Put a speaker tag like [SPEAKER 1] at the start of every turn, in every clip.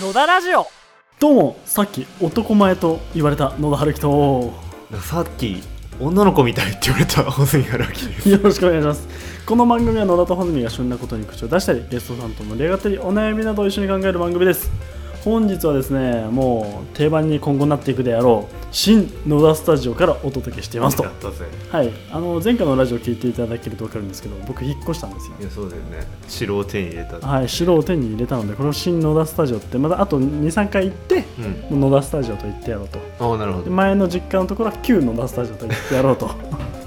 [SPEAKER 1] 野田ラジオ
[SPEAKER 2] どうもさっき男前と言われた野田春樹とよ
[SPEAKER 3] さっき女の子みたいって言われた穂積春明です
[SPEAKER 2] ろしくお願いしますこの番組は野田と穂積が旬なことに口を出したりゲストさんと盛り上がったりお悩みなどを一緒に考える番組です本日はですねもう定番に今後なっていくであろう新野田スタジオからお届けしていますと
[SPEAKER 3] やったぜ
[SPEAKER 2] はいあの前回のラジオ聞いていただけると分かるんですけど僕引っ越したんですよ
[SPEAKER 3] いやそうだよね城を手に入れたって
[SPEAKER 2] はい白を手に入れたのでこれを新野田スタジオってまたあと23回行って
[SPEAKER 3] うん
[SPEAKER 2] もう野田スタジオと言ってやろうと
[SPEAKER 3] ああなるほ
[SPEAKER 2] で
[SPEAKER 3] ど
[SPEAKER 2] 前の実家のところは旧野田スタジオと言ってやろうと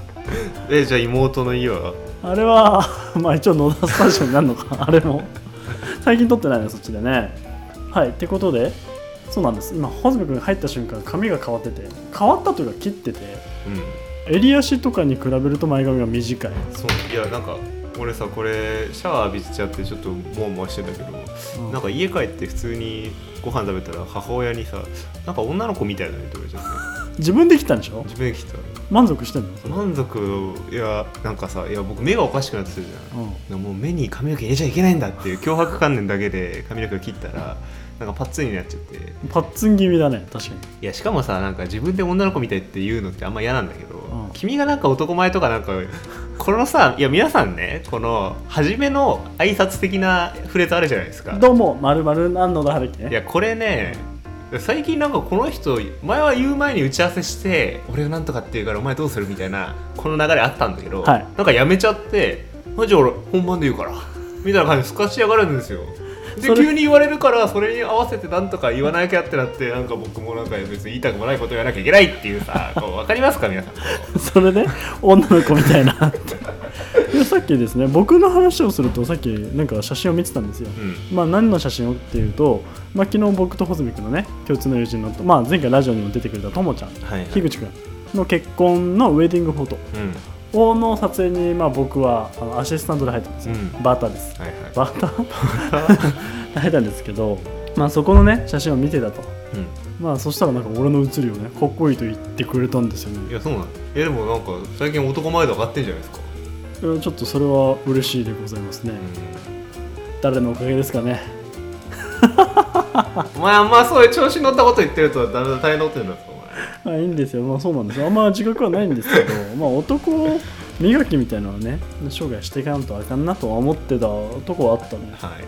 [SPEAKER 3] えじゃあ妹の家は
[SPEAKER 2] あれは まあ一応野田スタジオになるのか あれも最近撮ってないねそっちでねはいってことでそうなんです今穂積君入った瞬間髪が変わってて変わったというか切ってて
[SPEAKER 3] うん
[SPEAKER 2] 襟足とかに比べると前髪が短い
[SPEAKER 3] そういやなんか俺さこれシャワー浴びちゃってちょっともわもわしてんだけど、
[SPEAKER 2] うん
[SPEAKER 3] なんか家帰って普通にご飯食べたら母親にさなんか女の子みたいだねって言われちゃって
[SPEAKER 2] 自分で切ったんでしょ
[SPEAKER 3] 自分で来た
[SPEAKER 2] 満足してんの、
[SPEAKER 3] 満足いやなんかさいや僕目がおかしくなってするじゃ
[SPEAKER 2] う
[SPEAKER 3] ん
[SPEAKER 2] ん、
[SPEAKER 3] もう目に髪の毛入れちゃいけないんだっていう脅迫観念だけで髪の毛を切ったらなんかパッツンになっちゃって
[SPEAKER 2] パッツン気味だね確かに
[SPEAKER 3] いやしかもさなんか自分で女の子みたいって言うのってあんま嫌なんだけど、
[SPEAKER 2] うん
[SPEAKER 3] 君がなんか男前とかなんかこのさいや皆さんねこの初めの挨拶的なフレーズあるじゃないですか
[SPEAKER 2] どうもまるまるなんのだ春樹
[SPEAKER 3] い
[SPEAKER 2] ね
[SPEAKER 3] やこれね最近なんかこの人前は言う前に打ち合わせして俺がなんとかって言うからお前どうするみたいなこの流れあったんだけど、
[SPEAKER 2] はい
[SPEAKER 3] なんかやめちゃってマジ俺本番で言うからみたいな感じですかしやがるんですよで
[SPEAKER 2] それ
[SPEAKER 3] 急に言われるからそれに合わせてなんとか言わなきゃってなってなんか僕もなんか別に言いたくもないこと言わなきゃいけないっていうさこう分かりますか皆さん
[SPEAKER 2] それで女の子みたいな でさっきですね僕の話をするとさっきなんか写真を見てたんですよ、
[SPEAKER 3] うん
[SPEAKER 2] まあ、何の写真をっていうと、まあ、昨日僕と穂積君のね共通の友人の、まあ、前回ラジオにも出てくれたともちゃん、
[SPEAKER 3] はいはい
[SPEAKER 2] 樋口君の結婚のウェディングフォ
[SPEAKER 3] うん
[SPEAKER 2] トの撮影に、まあ、僕はあのアシスタントで入ったんですよ、
[SPEAKER 3] うん
[SPEAKER 2] バーターです
[SPEAKER 3] はいはい
[SPEAKER 2] バーター 入ったんですけど、まあ、そこのね写真を見てたと、
[SPEAKER 3] うん
[SPEAKER 2] まあ、そしたらなんか俺の写りをねかっこいいと言ってくれたんですよね
[SPEAKER 3] いやそうなのいやでもなんか最近男前度上がってんじゃないですか、
[SPEAKER 2] いやちょっとそれは嬉しいでございますね、誰のおかげですかね
[SPEAKER 3] お前あんまそういう調子に乗ったこと言ってるとだめだ大変なことになるぞお
[SPEAKER 2] まあいいんですよまあそうなんですよあんま自覚はないんですけど まあ男磨きみたいなのはね生涯していかんとあかんなとは思ってたとこはあったね
[SPEAKER 3] 前はい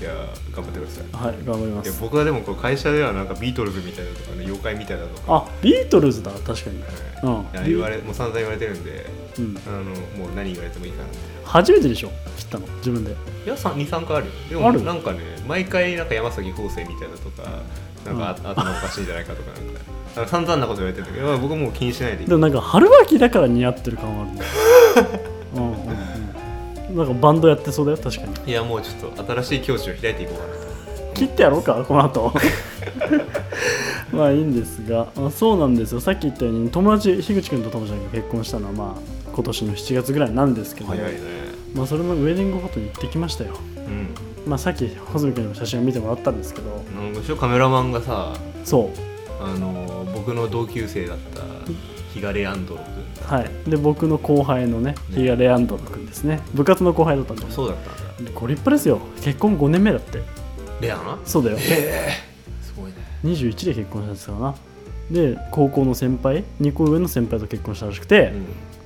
[SPEAKER 3] いや頑張ってください
[SPEAKER 2] はい頑張りま
[SPEAKER 3] いや
[SPEAKER 2] す
[SPEAKER 3] 僕はでもこう会社ではなんかビートルズみたいなとかね妖怪みたいなとか
[SPEAKER 2] あビートルズだ確かに
[SPEAKER 3] は
[SPEAKER 2] う
[SPEAKER 3] い
[SPEAKER 2] ん
[SPEAKER 3] いや言われもう散々言われてるんで
[SPEAKER 2] うん
[SPEAKER 3] あのもう何言われてもいいかなって
[SPEAKER 2] 初めてでしょ切ったの自分で
[SPEAKER 3] いや23回あるよで
[SPEAKER 2] あ
[SPEAKER 3] も
[SPEAKER 2] る
[SPEAKER 3] なんかね毎回なんか山崎邦生みたいなとかなんかあ頭おかしいんじゃないかとかなんかなんか散々なこと言われてるんだけど僕はもう気にしないでいい
[SPEAKER 2] でもなんか春巻きだから似合ってる感はあ るねうんうんうんなんかバンドやってそうだよ確かに
[SPEAKER 3] いやもうちょっと新しい境地を開いていこうかなと
[SPEAKER 2] 切ってやろうかこの 後まあいいんですがあそうなんですよさっき言ったように友達樋口君と友ちゃんが結婚したのはまあ今年の7月ぐらいなんですけど、
[SPEAKER 3] 早いね
[SPEAKER 2] まあ、それのウェディングフォトに行ってきましたよ、
[SPEAKER 3] うん
[SPEAKER 2] まあ、さっき穂積君にも写真を見てもらったんですけど
[SPEAKER 3] なんかむしろカメラマンがさ
[SPEAKER 2] そ
[SPEAKER 3] あの僕の同級生だったヒガレアンドロ
[SPEAKER 2] うはいで僕の後輩のね比嘉レアンドロ君ですね部活の後輩だったん
[SPEAKER 3] 君
[SPEAKER 2] で
[SPEAKER 3] そうだったんだ
[SPEAKER 2] ご立派ですよ結婚5年目だって
[SPEAKER 3] レアな
[SPEAKER 2] そうだよ
[SPEAKER 3] へえすごいね
[SPEAKER 2] 21で結婚したんですかなで高校の先輩2個上の先輩と結婚したらしくて、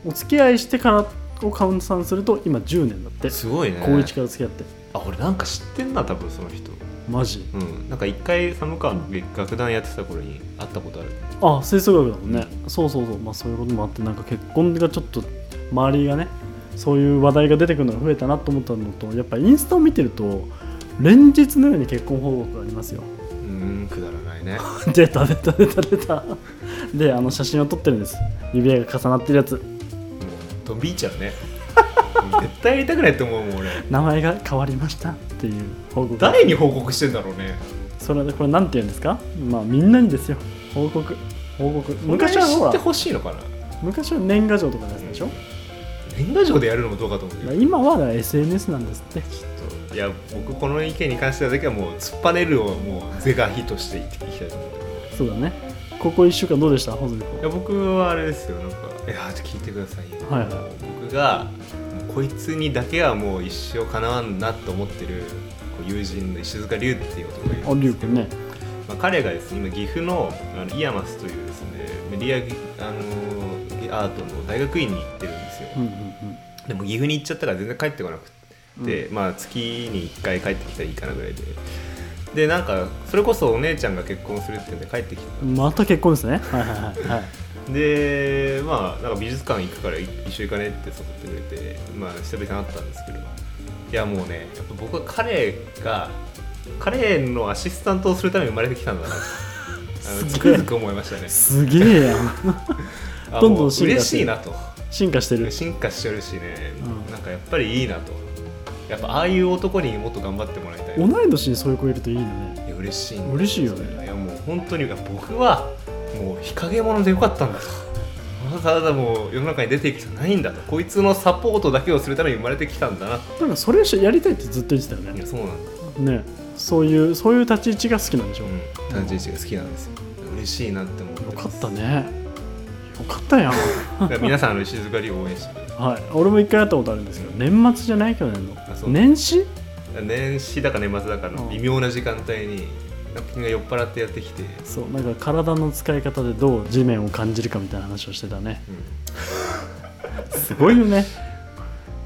[SPEAKER 2] お付き合いしてからを換算すると今10年だって
[SPEAKER 3] すごいね
[SPEAKER 2] 高一から付き合って
[SPEAKER 3] あ俺なんか知ってんな多分その人
[SPEAKER 2] マジ
[SPEAKER 3] うんなんか一回寒川の楽団やってた頃に会ったことある
[SPEAKER 2] あ吹奏楽だもんねそうそうそうまあそういうこともあってなんか結婚がちょっと周りがねそういう話題が出てくるのが増えたなと思ったのとやっぱインスタを見てると連日のように結婚報告がありますよ
[SPEAKER 3] うーんくだらない ね
[SPEAKER 2] 出た出た出た出たであの写真を撮ってるんです指輪が重なってるやつ
[SPEAKER 3] 飛びいちゃうね 絶対やりたくないと思うもん俺
[SPEAKER 2] 名前が変わりましたっていう報告
[SPEAKER 3] 誰に報告してんだろうね
[SPEAKER 2] それでこれなんて言うんですかまあみんなにですよ報告報告昔は
[SPEAKER 3] 知
[SPEAKER 2] ほ
[SPEAKER 3] って
[SPEAKER 2] ら
[SPEAKER 3] ほしいのかな
[SPEAKER 2] 昔は年賀状とかのやつでしょ、
[SPEAKER 3] 年賀状でやるのもどうかと思うけ
[SPEAKER 2] ま
[SPEAKER 3] ど
[SPEAKER 2] あ今はだから SNS なんですって
[SPEAKER 3] いや僕この意見に関してはだけはもう突っぱねるをもう是が非として言っていきたいと思う
[SPEAKER 2] そうだねここ1週間どうでした細見
[SPEAKER 3] い
[SPEAKER 2] 君
[SPEAKER 3] や僕はあれですよなんかいやちょっと聞いてくださいよ、
[SPEAKER 2] はいは
[SPEAKER 3] 僕がもうこいつにだけはもう一生かなわんなと思ってるこ僕友人の石塚龍っていう男がいる
[SPEAKER 2] あ
[SPEAKER 3] ん
[SPEAKER 2] りゅ
[SPEAKER 3] で
[SPEAKER 2] うく
[SPEAKER 3] すけ
[SPEAKER 2] ん
[SPEAKER 3] ど、
[SPEAKER 2] ね
[SPEAKER 3] まあ、彼がですね今岐阜のあのイヤマスというですねメディア、あのーアートの大学院に行ってるんですよ、
[SPEAKER 2] うんうん
[SPEAKER 3] でも岐阜に行っちゃったから全然帰ってこなくて、
[SPEAKER 2] う
[SPEAKER 3] まあ月に1回帰ってきたらいいかなぐらいででなんかそれこそお姉ちゃんが結婚するって言うんで帰ってき
[SPEAKER 2] うんまた結婚ですねはいはいはいはい
[SPEAKER 3] たでまあなんか美術館行くからい一緒行かねって誘ってくれてまあ久々に会ったんですけどいやもうねやっぱ僕は彼が彼のアシスタントをするために生まれてきたんだなってあの
[SPEAKER 2] す
[SPEAKER 3] つ
[SPEAKER 2] げ
[SPEAKER 3] く
[SPEAKER 2] え
[SPEAKER 3] づく思いましたね
[SPEAKER 2] すげえやん
[SPEAKER 3] あ
[SPEAKER 2] どんどん
[SPEAKER 3] もう
[SPEAKER 2] 進化
[SPEAKER 3] 嬉
[SPEAKER 2] してる
[SPEAKER 3] しいなと
[SPEAKER 2] 進化してる
[SPEAKER 3] 進化してるしね、
[SPEAKER 2] うん
[SPEAKER 3] なんかやっぱりいいなとやっぱああいう男にもっと頑張ってもらいたい
[SPEAKER 2] 同
[SPEAKER 3] い
[SPEAKER 2] い年にそういう子いるといいよね
[SPEAKER 3] や嬉しいんだ
[SPEAKER 2] 嬉しいよね
[SPEAKER 3] いやもう本当にいや僕はもう日陰者でよかったんだとわざわざもう世の中に出ていく必要ないんだとこいつのサポートだけをするために生まれてきたんだな
[SPEAKER 2] なんかそれやりたいってずっと言ってたよ
[SPEAKER 3] い
[SPEAKER 2] ね
[SPEAKER 3] やそうなんだ、
[SPEAKER 2] ねそういうそういう立ち位置が好きなんでしょ、
[SPEAKER 3] うん、単純一が好きなんですよ嬉しいなって思って
[SPEAKER 2] よかっ
[SPEAKER 3] ます
[SPEAKER 2] たねよかったやん
[SPEAKER 3] だから皆さんあの石塚りを応援してくださ
[SPEAKER 2] はい俺も一回会ったことあるんですけど年末じゃない去年の
[SPEAKER 3] あそう
[SPEAKER 2] 年始
[SPEAKER 3] い年始だか年末だかの微妙な時間帯になんか君が酔っ払ってやってきて、
[SPEAKER 2] そうなんか体の使い方でどう地面を感じるかみたいな話をしてたね
[SPEAKER 3] うん
[SPEAKER 2] すごいよね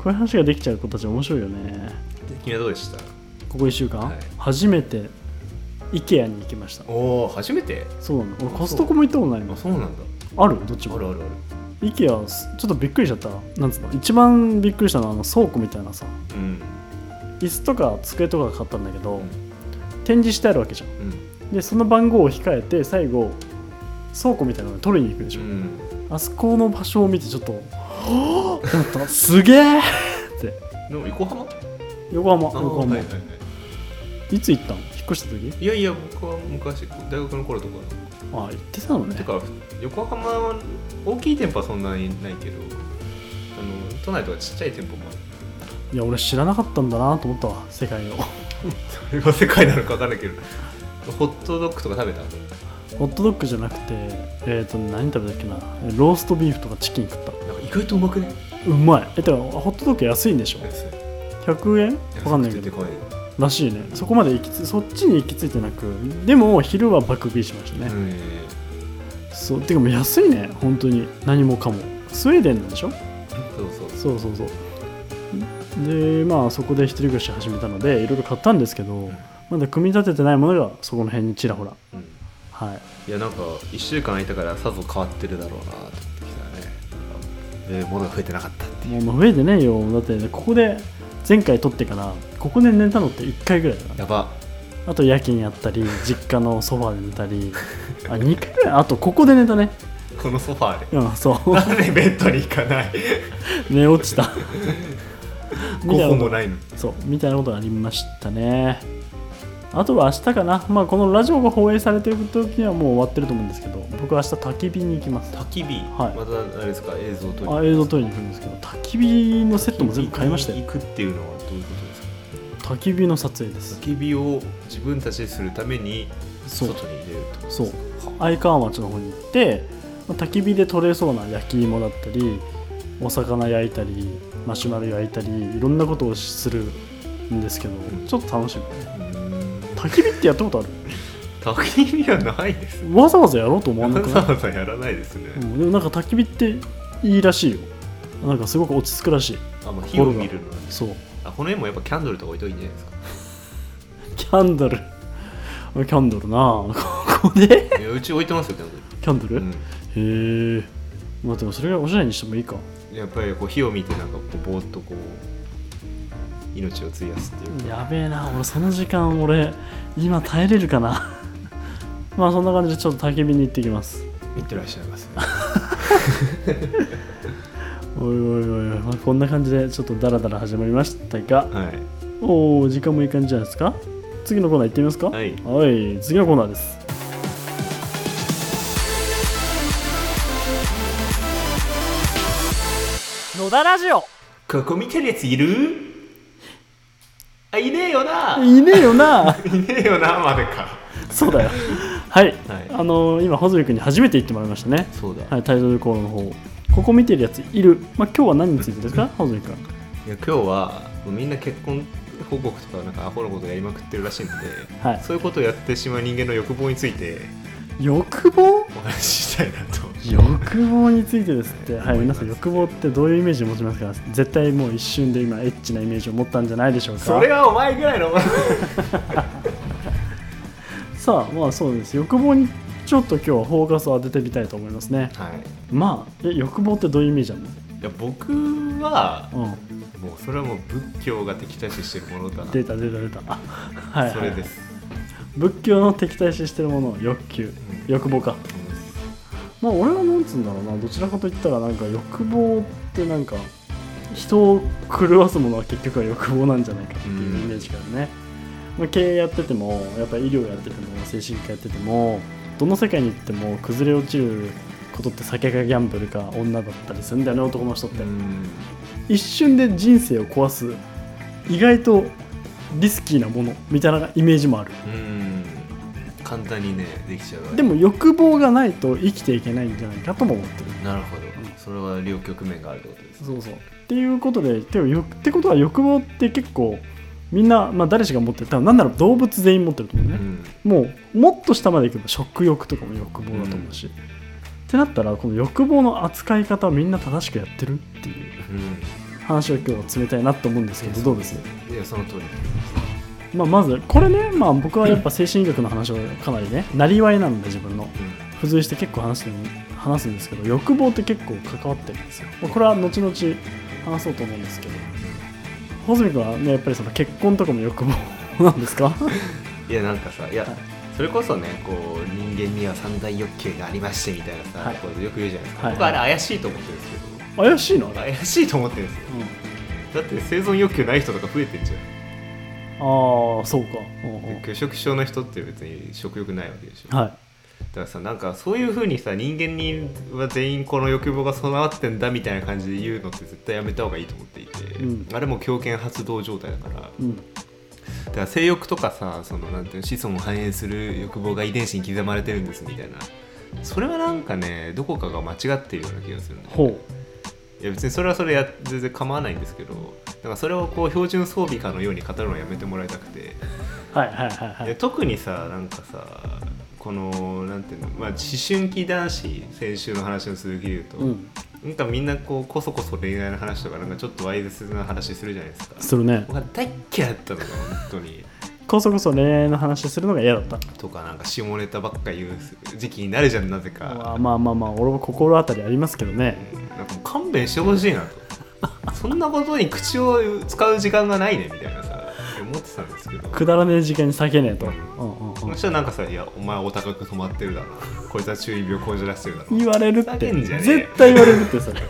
[SPEAKER 2] こういう話ができちゃう子たち面白いよね
[SPEAKER 3] で君はどうでした
[SPEAKER 2] ここ1週間、
[SPEAKER 3] はい
[SPEAKER 2] 初めて IKEA に行きました
[SPEAKER 3] おお初めて
[SPEAKER 2] そうなの俺コストコも行ったことない
[SPEAKER 3] あ
[SPEAKER 2] の
[SPEAKER 3] そうなんだ
[SPEAKER 2] あるどっちも
[SPEAKER 3] あるあるある
[SPEAKER 2] IKEA すちょっとびっくりしちゃったなんつうの一番びっくりしたのはあの倉庫みたいなさ
[SPEAKER 3] うん
[SPEAKER 2] 椅子とか机とか買ったんだけど、
[SPEAKER 3] うん
[SPEAKER 2] 展示してあるわけじゃん
[SPEAKER 3] うん
[SPEAKER 2] でその番号を控えて最後倉庫みたいなのに取りに行くでしょ、
[SPEAKER 3] うん
[SPEAKER 2] あそこの場所を見てちょっ と「はぁ!」ってなったすげえって
[SPEAKER 3] でも横浜
[SPEAKER 2] 横浜
[SPEAKER 3] あー
[SPEAKER 2] 横浜、、
[SPEAKER 3] はいはいはい
[SPEAKER 2] つ行ったの引っ越した時
[SPEAKER 3] い、いやいや僕は昔大学の頃とか
[SPEAKER 2] ああ行ってたのね
[SPEAKER 3] てか横浜は大きい店舗はそんなにないけどあの都内とかちっちゃい店舗もあ
[SPEAKER 2] い
[SPEAKER 3] る
[SPEAKER 2] や俺知らなかったんだなと思ったわ世界を
[SPEAKER 3] それが世界なのか分かんないけどホットドッグとか食べた
[SPEAKER 2] ホットドッグじゃなくてえっ、と何食べたっけなえローストビーフとかチキン食った
[SPEAKER 3] なんか意外とうまくね
[SPEAKER 2] うまいえてかホットドッグ安いんでしょ100円わかんないけ
[SPEAKER 3] で
[SPEAKER 2] ど
[SPEAKER 3] かい
[SPEAKER 2] らしいねそこまで行きつそっちに行き着いてなくでも昼は爆食いしましたね、
[SPEAKER 3] うん
[SPEAKER 2] そうてかもう安いね本当に何もかもスウェーデンなんでしょ
[SPEAKER 3] そうそうそ
[SPEAKER 2] そ
[SPEAKER 3] う
[SPEAKER 2] うそうそうでまあそこで一人暮らし始めたのでいろいろ買ったんですけど
[SPEAKER 3] ん
[SPEAKER 2] まだ組み立ててないものがそこの辺にちらほら
[SPEAKER 3] うん
[SPEAKER 2] はい
[SPEAKER 3] いやなんか1週間空いたからさぞ変わってるだろうなと思ってきたらねで物が増えてなかったって
[SPEAKER 2] もう増えてねえよだってここで前回撮ってからここで寝たのって1回ぐらいだな
[SPEAKER 3] やば
[SPEAKER 2] あと夜勤やったり実家のソファーで寝たりあ2回ぐらいあとここで寝たね
[SPEAKER 3] このソ ファーで
[SPEAKER 2] うん そう
[SPEAKER 3] なんでベッドに行かない
[SPEAKER 2] 寝落ち たみた
[SPEAKER 3] 5
[SPEAKER 2] いな
[SPEAKER 3] 本
[SPEAKER 2] こ
[SPEAKER 3] も
[SPEAKER 2] と
[SPEAKER 3] ないの
[SPEAKER 2] そうみたいなことがありましたねあとは明日かな、まあ、このラジオが放映されてる時にはもう終わってると思うんですけど僕は明日焚き火に行きます
[SPEAKER 3] 焚き火、
[SPEAKER 2] はい
[SPEAKER 3] またあれですか映像撮り
[SPEAKER 2] あ映像撮りに行くんですけど焚き火のセットも全部買いましたよ
[SPEAKER 3] 焚き火に行くっていうのはどういうことですか
[SPEAKER 2] 焚き火の撮影です
[SPEAKER 3] 焚き火を自分たちでするために
[SPEAKER 2] そう
[SPEAKER 3] 外に出ると
[SPEAKER 2] そう
[SPEAKER 3] は
[SPEAKER 2] 相川町の方に行ってまあ焚き火で取れそうな焼き芋だったりお魚焼いたりマシュマロ焼いたりいろんなことをするんですけどちょっと楽しみ
[SPEAKER 3] うーん
[SPEAKER 2] 焚き火ってやったことある
[SPEAKER 3] 焚き火はないです
[SPEAKER 2] わざわざやろうと思わ
[SPEAKER 3] わ
[SPEAKER 2] なくない
[SPEAKER 3] ざわざやらないですね、
[SPEAKER 2] うん、でもなんか焚き火っていいらしいよなんかすごく落ち着くらしい
[SPEAKER 3] あまあ火を見るのは
[SPEAKER 2] そう
[SPEAKER 3] あこの絵もやっぱキャンドルとか置いといていいんじゃないです
[SPEAKER 2] キャンドルキャンドルなあここで
[SPEAKER 3] かいやうち置いてますよキャンド
[SPEAKER 2] キャンドル、
[SPEAKER 3] ル、うん
[SPEAKER 2] へえまあでもそれがおしゃれにしてもいいか
[SPEAKER 3] やっぱりこう火を見てなんかこうぼーっとこう命を費やすっていうか
[SPEAKER 2] やべえな俺その時間俺今耐えれるかな まあそんな感じでちょっと焚き火に行ってきます
[SPEAKER 3] 見てらっしゃいますね
[SPEAKER 2] おいおいおいおい、まあ、こんな感じでちょっとダラダラ始まりましたが
[SPEAKER 3] はい
[SPEAKER 2] おお時間もいい感じじゃないですか次のコーナー行ってみますか
[SPEAKER 3] はい
[SPEAKER 2] はい次のコーナーです野田ラジオ
[SPEAKER 3] ここ見てるやついるあいねえよない
[SPEAKER 2] ねえよな
[SPEAKER 3] いねえよなまでか
[SPEAKER 2] そうだよはい、
[SPEAKER 3] はい
[SPEAKER 2] あのー今穂積君に初めて言ってもらいましたね
[SPEAKER 3] そうだ、、
[SPEAKER 2] はいいタイトルコールの方ここ見 てるやついるまあ今日は何についてですか穂積君
[SPEAKER 3] や今日はみんな結婚報告とかなんかアホなことやりまくってるらしいんで、
[SPEAKER 2] はい
[SPEAKER 3] そういうことをやってしまう人間の欲望について
[SPEAKER 2] 欲望
[SPEAKER 3] お話ししたいなと
[SPEAKER 2] 欲望についてですって、はい、
[SPEAKER 3] 思い
[SPEAKER 2] 皆
[SPEAKER 3] ます
[SPEAKER 2] さん欲望ってどういうイメージを持ちますか絶対もう一瞬で今エッチなイメージを持ったんじゃないでしょうか
[SPEAKER 3] それはお前ぐらいの
[SPEAKER 2] さあまあそうです欲望にちょっと今日はフォーカスを当ててみたいと思いますね
[SPEAKER 3] はい
[SPEAKER 2] まあえ欲望ってどういうイメージなの
[SPEAKER 3] いや僕は
[SPEAKER 2] うん
[SPEAKER 3] もうそれはもう仏教が敵対視してるものだな
[SPEAKER 2] 出た出た出たあはい、はい、
[SPEAKER 3] それです、
[SPEAKER 2] 仏教の敵対視してるもの欲求
[SPEAKER 3] うん
[SPEAKER 2] 欲望かまあ俺はなんつうんだろうなどちらかといったらなんか欲望ってなんか人を狂わすものは結局は欲望なんじゃないかっていうイメージからね、まあ、経営やっててもやっぱ医療やってても精神科やっててもどの世界に行っても崩れ落ちることって酒かギャンブルか女だったりするんだよね男の人って、
[SPEAKER 3] うん
[SPEAKER 2] 一瞬で人生を壊す意外とリスキーなものみたいなイメージもある
[SPEAKER 3] うん簡単にねできちゃう
[SPEAKER 2] でも欲望がないと生きていけないんじゃないかとも思ってる
[SPEAKER 3] なるほどそれは両局面があるってことです
[SPEAKER 2] そうそう。っていうことで、でもよってことは欲望って結構みんな、まあ、誰しが持ってる、多分なんなら動物全員持ってると思う
[SPEAKER 3] う
[SPEAKER 2] ね。
[SPEAKER 3] ん
[SPEAKER 2] もうもっと下までいけば食欲とかも欲望だと思うし。ってなったら、この欲望の扱い方をみんな正しくやってるっていう話を今日は詰めたいなと思うんですけど、どうです
[SPEAKER 3] うんいやその通り
[SPEAKER 2] まあ、まず、これね、まあ、僕はやっぱ精神医学の話をかなりね、なりわいなんで自分の。付随して結構話しても話すんですけど欲望って結構関わってるんですよ、まあこれは後々話そうと思うんですけど穂積君はねやっぱりその結婚とかも欲望なんです か
[SPEAKER 3] うんいやなんかさいやそれこそねこう人間には三大欲求がありましてみたいなさ、
[SPEAKER 2] はい
[SPEAKER 3] こうよく言うじゃないですか、
[SPEAKER 2] はい
[SPEAKER 3] 僕あれ怪しいと思ってるんですけど
[SPEAKER 2] 怪しいのあれ、
[SPEAKER 3] 怪しいと思ってるんですよだって生存欲求ない人とか増えてんじゃん
[SPEAKER 2] ああそうか、うんうん
[SPEAKER 3] 拒食症の人って別に食欲ないわけでしょ、
[SPEAKER 2] は
[SPEAKER 3] だからさなんかそういうふうにさ人間には全員この欲望が備わってんだみたいな感じで言うのって絶対やめた方がいいと思っていて、
[SPEAKER 2] うん
[SPEAKER 3] あれも強権発動状態だから
[SPEAKER 2] い、うん、
[SPEAKER 3] だから性欲とかさそのなんていうの子孫を繁栄する欲望が遺伝子に刻まれてるんですみたいなそれはなんかねどこかが間違っているような気がするんだよね
[SPEAKER 2] ほ
[SPEAKER 3] いや別にそれはそれや全然構わないんですけどなんかそれをこう標準装備かのように語るのはやめてもらいたくて。
[SPEAKER 2] うはいはいはいはい
[SPEAKER 3] や
[SPEAKER 2] い
[SPEAKER 3] 特にさなんかさこのなんていうの、まあ、思春期男子先週の話の続きで言うと、
[SPEAKER 2] うん
[SPEAKER 3] なんかみんなこうこそこそ恋愛の話とかなんかちょっとわいせつな話するじゃないですか
[SPEAKER 2] するね
[SPEAKER 3] 僕は大っ嫌いだったのよ本当に
[SPEAKER 2] こそこそ恋愛の話するのが嫌だった
[SPEAKER 3] とかなんか下ネタばっか言う時期になるじゃんなぜ
[SPEAKER 2] まあ
[SPEAKER 3] か
[SPEAKER 2] まあまあまあ俺も心当たりありますけどね
[SPEAKER 3] なんかもう勘弁してほしいなとそんなことに口を使う時間がないねみたいなさ思ってたんですけど
[SPEAKER 2] くだらねえ時間に避けねえと、
[SPEAKER 3] う
[SPEAKER 2] うんんうん
[SPEAKER 3] そ
[SPEAKER 2] うん
[SPEAKER 3] したらなんかさ「いやお前お高く止まってるだろこいつは注意病こじらせてるだろ」
[SPEAKER 2] 言われるって
[SPEAKER 3] ふざけんじゃねえよ
[SPEAKER 2] 絶対言われるってそれ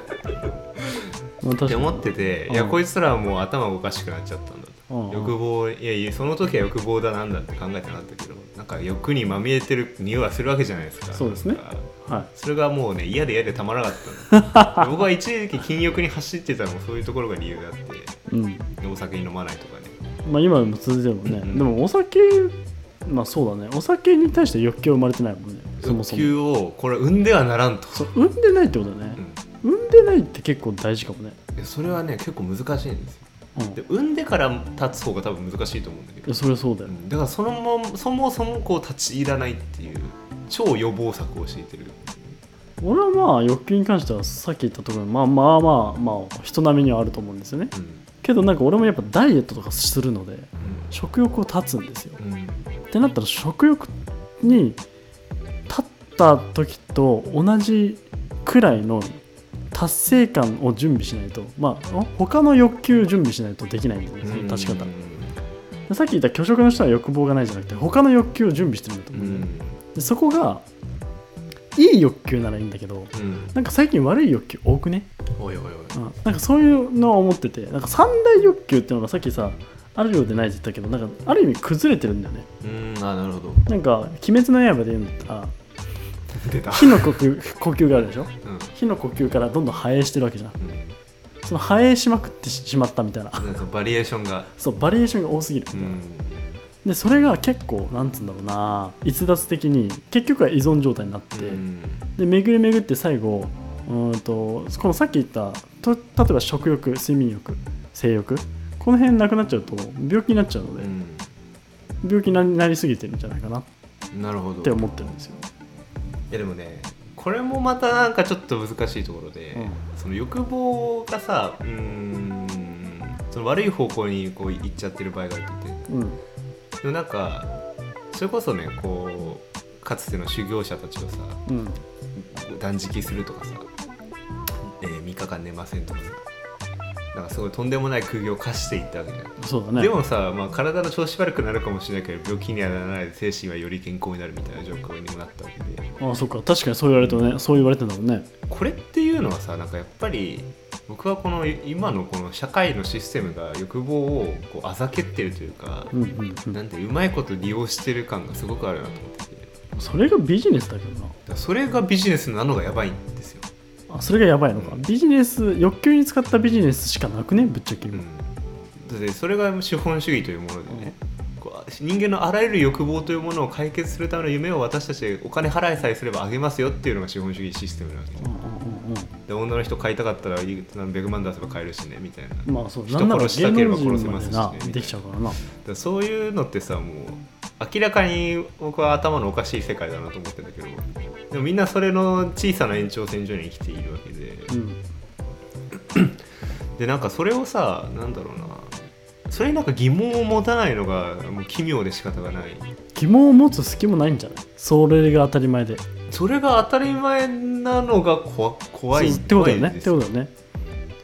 [SPEAKER 2] まあ確か
[SPEAKER 3] って
[SPEAKER 2] に
[SPEAKER 3] 思ってて、いや
[SPEAKER 2] うん
[SPEAKER 3] こいつらはもう頭おかしくなっちゃったんだと、
[SPEAKER 2] うんうん
[SPEAKER 3] 欲望いやいやその時は欲望だなんだって考えてなかったけどなんか欲にまみれてる匂いはするわけじゃないですか
[SPEAKER 2] そうですね
[SPEAKER 3] なんか
[SPEAKER 2] は
[SPEAKER 3] それがもうね嫌で嫌でたまらなかった の僕は一時期禁欲に走ってたのもそういうところが理由であって
[SPEAKER 2] い、うん
[SPEAKER 3] お酒飲まないとかね
[SPEAKER 2] まあ、今でも続いてるもんね、
[SPEAKER 3] うん
[SPEAKER 2] でもお酒まあそうだねお酒に対して欲求生まれてないもんねそも
[SPEAKER 3] 欲
[SPEAKER 2] そも
[SPEAKER 3] 求をこれは産んではならんと、
[SPEAKER 2] そう産んでないってことだ
[SPEAKER 3] う
[SPEAKER 2] ね、
[SPEAKER 3] ん
[SPEAKER 2] 産んでないって結構大事かもね、
[SPEAKER 3] いやそれはね結構難しいんですよ
[SPEAKER 2] うん、
[SPEAKER 3] で
[SPEAKER 2] い
[SPEAKER 3] 産んでから立つ方が多分難しいと思うんだけど
[SPEAKER 2] やそれはそうだよ、
[SPEAKER 3] うんだからそのもそもそもこう立ち入らないっていう超予防策を敷いてる
[SPEAKER 2] 俺はまあ欲求に関してはさっき言ったところまあまあまあまあ人並みにはあると思うんですよね
[SPEAKER 3] うん
[SPEAKER 2] けどなんか俺もやっぱダイエットとかするので食欲を断つんですよ
[SPEAKER 3] うんうん
[SPEAKER 2] ってなったら食欲に立った時と同じくらいの達成感を準備しないとまあ他の欲求を準備しないとできないんだよねその立ち方
[SPEAKER 3] うん
[SPEAKER 2] でさっき言った拒食の人は欲望がないじゃなくて他の欲求を準備してるんだと
[SPEAKER 3] う
[SPEAKER 2] 思うんだよね
[SPEAKER 3] ん
[SPEAKER 2] でそこがいい欲求ならいいんだけど
[SPEAKER 3] うん
[SPEAKER 2] なんか最近悪い欲求多くね、
[SPEAKER 3] おいおいおい
[SPEAKER 2] うん、なんかそういうのは思っててなんか三大欲求っていうのがさっきさあるようでないって言ったけどなんかある意味崩れてるんだよね
[SPEAKER 3] うんあなる ほど
[SPEAKER 2] なんか「鬼滅の刃」で言うんだったら
[SPEAKER 3] 出た
[SPEAKER 2] 火の呼吸呼吸があるでしょ
[SPEAKER 3] うん
[SPEAKER 2] 火の呼吸からどんどん反映してるわけじゃん
[SPEAKER 3] うん
[SPEAKER 2] その反映しまくってししまったみたいな
[SPEAKER 3] なんかそのバリエーションが
[SPEAKER 2] そうバリエーションが多すぎる
[SPEAKER 3] う
[SPEAKER 2] みたいな、
[SPEAKER 3] ん
[SPEAKER 2] でそれが結構なんつうんだろうな逸脱的に結局は依存状態になって、
[SPEAKER 3] うん
[SPEAKER 2] で巡り巡って最後うーんとこのさっき言ったと例えば食欲睡眠欲性欲ここの辺なくなっちゃうと病気になっちゃうので、
[SPEAKER 3] う
[SPEAKER 2] 病気になりすぎてるんじゃないかなっ
[SPEAKER 3] ん、なるほど
[SPEAKER 2] て思ってるんですよ。
[SPEAKER 3] いやでもねこれもまたなんかちょっと難しいところで、
[SPEAKER 2] う
[SPEAKER 3] その欲望がさうーんその悪い方向にこう行っちゃってる場合があるって
[SPEAKER 2] うん、
[SPEAKER 3] でもなんかそれこそねこうかつての修行者たちをさ
[SPEAKER 2] うん、
[SPEAKER 3] 断食するとかさ、えー、3日間寝ませんとかさなんかすごいとんでもない苦行を課していったわけじゃん
[SPEAKER 2] そうだね。
[SPEAKER 3] でもさ、まあ、体の調子悪くなるかもしれないけど病気にはならないで精神はより健康になるみたいな状況にもなったわけで
[SPEAKER 2] ああ、そっか、確かにそう言われてもね、そう言われてんだもんね。
[SPEAKER 3] これっていうのはさなんかやっぱり僕はこの今のこの社会のシステムが欲望をこうあざけってるというか
[SPEAKER 2] う、んうんう
[SPEAKER 3] なんてうまいこと利用してる感がすごくあるなと思っててだか
[SPEAKER 2] ん。それがビジネスだけど
[SPEAKER 3] らそれがビジネスなのがやばいんですよ、
[SPEAKER 2] な。あ、それがやばいのか。
[SPEAKER 3] うん
[SPEAKER 2] ビジネス、欲求に使ったビジネスしかなくね、ぶっちゃけ
[SPEAKER 3] うん
[SPEAKER 2] 今。、
[SPEAKER 3] だってそれが資本主義というものでね、こう人間のあらゆる欲望というものを解決するための夢を私たちでお金払いさえすればあげますよっていうのが資本主義システムなわけ
[SPEAKER 2] うんうんうん
[SPEAKER 3] で女の人買いたかったらいく何百万出せば買えるしねみたいな、
[SPEAKER 2] うん。まあそう、
[SPEAKER 3] 人
[SPEAKER 2] なんなら
[SPEAKER 3] 殺した
[SPEAKER 2] 芸
[SPEAKER 3] けれ
[SPEAKER 2] 能
[SPEAKER 3] ば殺
[SPEAKER 2] 人
[SPEAKER 3] せ
[SPEAKER 2] ま
[SPEAKER 3] ま
[SPEAKER 2] です
[SPEAKER 3] しね
[SPEAKER 2] な
[SPEAKER 3] みたい、な
[SPEAKER 2] できちゃうからな。
[SPEAKER 3] だからそういうのってさもう明らかに僕は頭のおかしい世界だなと思ってんだけどでもみんなそれの小さな延長線上に生きているわけで、
[SPEAKER 2] うん。
[SPEAKER 3] でなんかそれをさなんだろうなそれになんか疑問を持たないのがもう奇妙で仕方がない
[SPEAKER 2] 疑問を持つ隙もないんじゃないそれが当たり前で。
[SPEAKER 3] それが当たり前なのが怖怖い
[SPEAKER 2] そうってことだよね。
[SPEAKER 3] 怖
[SPEAKER 2] っ
[SPEAKER 3] いで
[SPEAKER 2] て
[SPEAKER 3] す
[SPEAKER 2] ことだよね。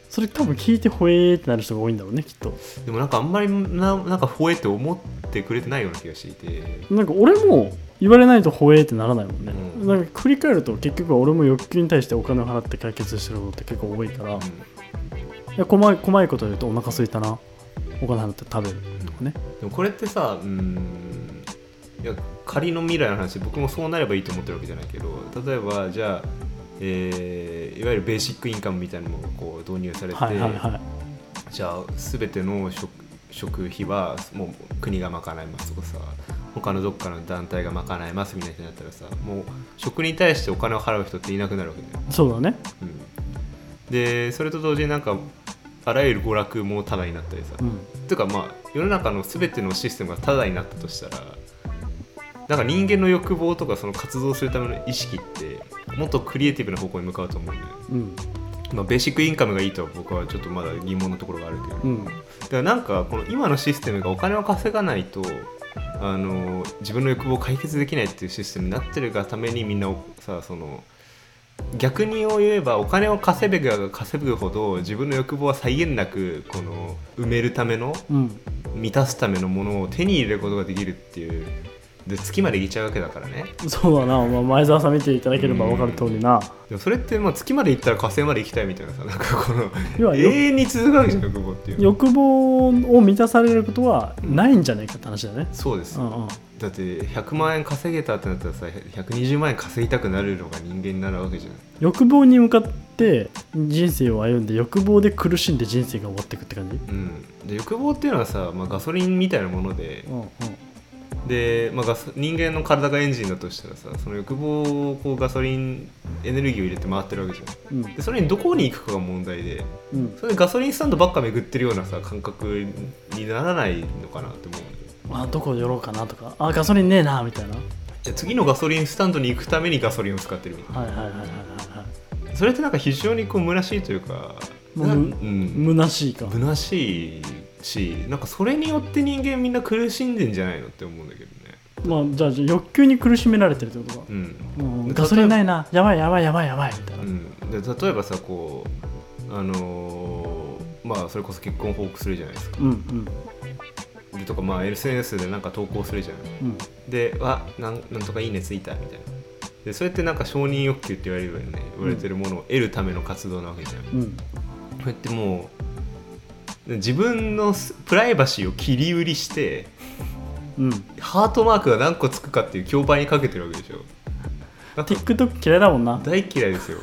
[SPEAKER 2] それ多分聞いてほえーってなる人が多いんだろうね、きっと。
[SPEAKER 3] でもなんかあんまりななんか吠えって思ってくれてないような気がしていて
[SPEAKER 2] なんか俺も言われないとほえーってならないもんね、
[SPEAKER 3] うん
[SPEAKER 2] なんか繰り返ると結局は俺も欲求に対してお金を払って解決してることって結構多いから、い
[SPEAKER 3] で
[SPEAKER 2] や細い細いこと言うとお腹空いたなお金払って食べるとかね
[SPEAKER 3] もこれってさうーんいや仮の未来の話僕もそうなればいいと思ってるわけじゃないけど例えばじゃあ、えーいわゆるベーシックインカムみたいなものがこう導入されて、
[SPEAKER 2] はいはいはい
[SPEAKER 3] じゃあ全ての食食費はもう国が賄いますとかさ他のどっかの団体が賄いますみたいな人になったらさもう食に対してお金を払う人っていなくなるわけだよ、
[SPEAKER 2] そうだね
[SPEAKER 3] うん、でそれと同時になんかあらゆる娯楽もタダになったりさ、
[SPEAKER 2] う
[SPEAKER 3] て
[SPEAKER 2] ん
[SPEAKER 3] いうかまあ世の中の全てのシステムがタダになったとしたらなんか人間の欲望とかその活動するための意識ってもっとクリエイティブな方向に向かうと思うんだよ、
[SPEAKER 2] うん
[SPEAKER 3] まあ、ベーシックインカムがいいとは僕はちょっとまだ疑問なところがあるけど、
[SPEAKER 2] うん
[SPEAKER 3] だからなんかこの今のシステムがお金を稼がないとあの自分の欲望を解決できないっていうシステムになってるがためにみんなさその逆にを言えばお金を稼べば稼ぐほど自分の欲望は際限なくこの埋めるための
[SPEAKER 2] うん
[SPEAKER 3] 満たすためのものを手に入れることができるっていうで月まで行っちゃうわけだからね
[SPEAKER 2] そうだな、まあ、前澤さん見ていただければ分かる通りな、
[SPEAKER 3] でもそれってまあ月まで行ったら火星まで行きたいみたいなさなんかこ
[SPEAKER 2] 要
[SPEAKER 3] の
[SPEAKER 2] は
[SPEAKER 3] 永
[SPEAKER 2] よ
[SPEAKER 3] 遠に続くわけじゃん欲望っていうのは
[SPEAKER 2] 欲望を満たされることはないんじゃないかって話だね
[SPEAKER 3] そうです
[SPEAKER 2] うんうん
[SPEAKER 3] だって100万円稼げたってなったらさ120万円稼ぎたくなるのが人間になるわけじゃん
[SPEAKER 2] 欲望に向かって人生を歩んで欲望で苦しんで人生が終わっていくって感じ
[SPEAKER 3] うんで欲望っていうのはさ、まあ、ガソリンみたいなもので
[SPEAKER 2] うんうん
[SPEAKER 3] で、まあ、ガソ人間の体がエンジンだとしたらさその欲望をこうガソリンエネルギーを入れて回ってるわけじゃん
[SPEAKER 2] うん
[SPEAKER 3] でそれにどこに行くかが問題で
[SPEAKER 2] うん
[SPEAKER 3] それでガソリンスタンドばっか巡ってるようなさ感覚にならないのかなって思う
[SPEAKER 2] あどこ寄ろうかなとかあガソリンねえなみたいなはい
[SPEAKER 3] いや次のガソリンスタンドに行くためにガソリンを使ってるみた
[SPEAKER 2] は
[SPEAKER 3] い
[SPEAKER 2] いはいはいはいは
[SPEAKER 3] なそれってなんか非常にこう虚しいというか
[SPEAKER 2] もう
[SPEAKER 3] な
[SPEAKER 2] むい
[SPEAKER 3] ん
[SPEAKER 2] 虚しいか
[SPEAKER 3] 虚しいしなんかそれによって人間みんな苦しんでんじゃないのって思うんだけどね
[SPEAKER 2] まあじゃあ欲求に苦しめられてるってことか、
[SPEAKER 3] うん、
[SPEAKER 2] うん、ガソリンないなやばいやばいやばいやばいみたいな、
[SPEAKER 3] うん、で例えばさこうあのーまあそれこそ結婚を報告するじゃないですか
[SPEAKER 2] うんうん
[SPEAKER 3] でとかまあ SNS でなんか投稿するじゃない
[SPEAKER 2] うん
[SPEAKER 3] であなんなんとかいいねついたみたいなでそれってなんか承認欲求って言われるよね言われてるものを得るための活動なわけじゃん、
[SPEAKER 2] うん
[SPEAKER 3] こうやってもう自分のすプライバシーを切り売りして
[SPEAKER 2] うん
[SPEAKER 3] ハートマークが何個つくかっていう競売にかけてるわけでしょだって
[SPEAKER 2] TikTok 嫌いだもんな
[SPEAKER 3] 大嫌いですよ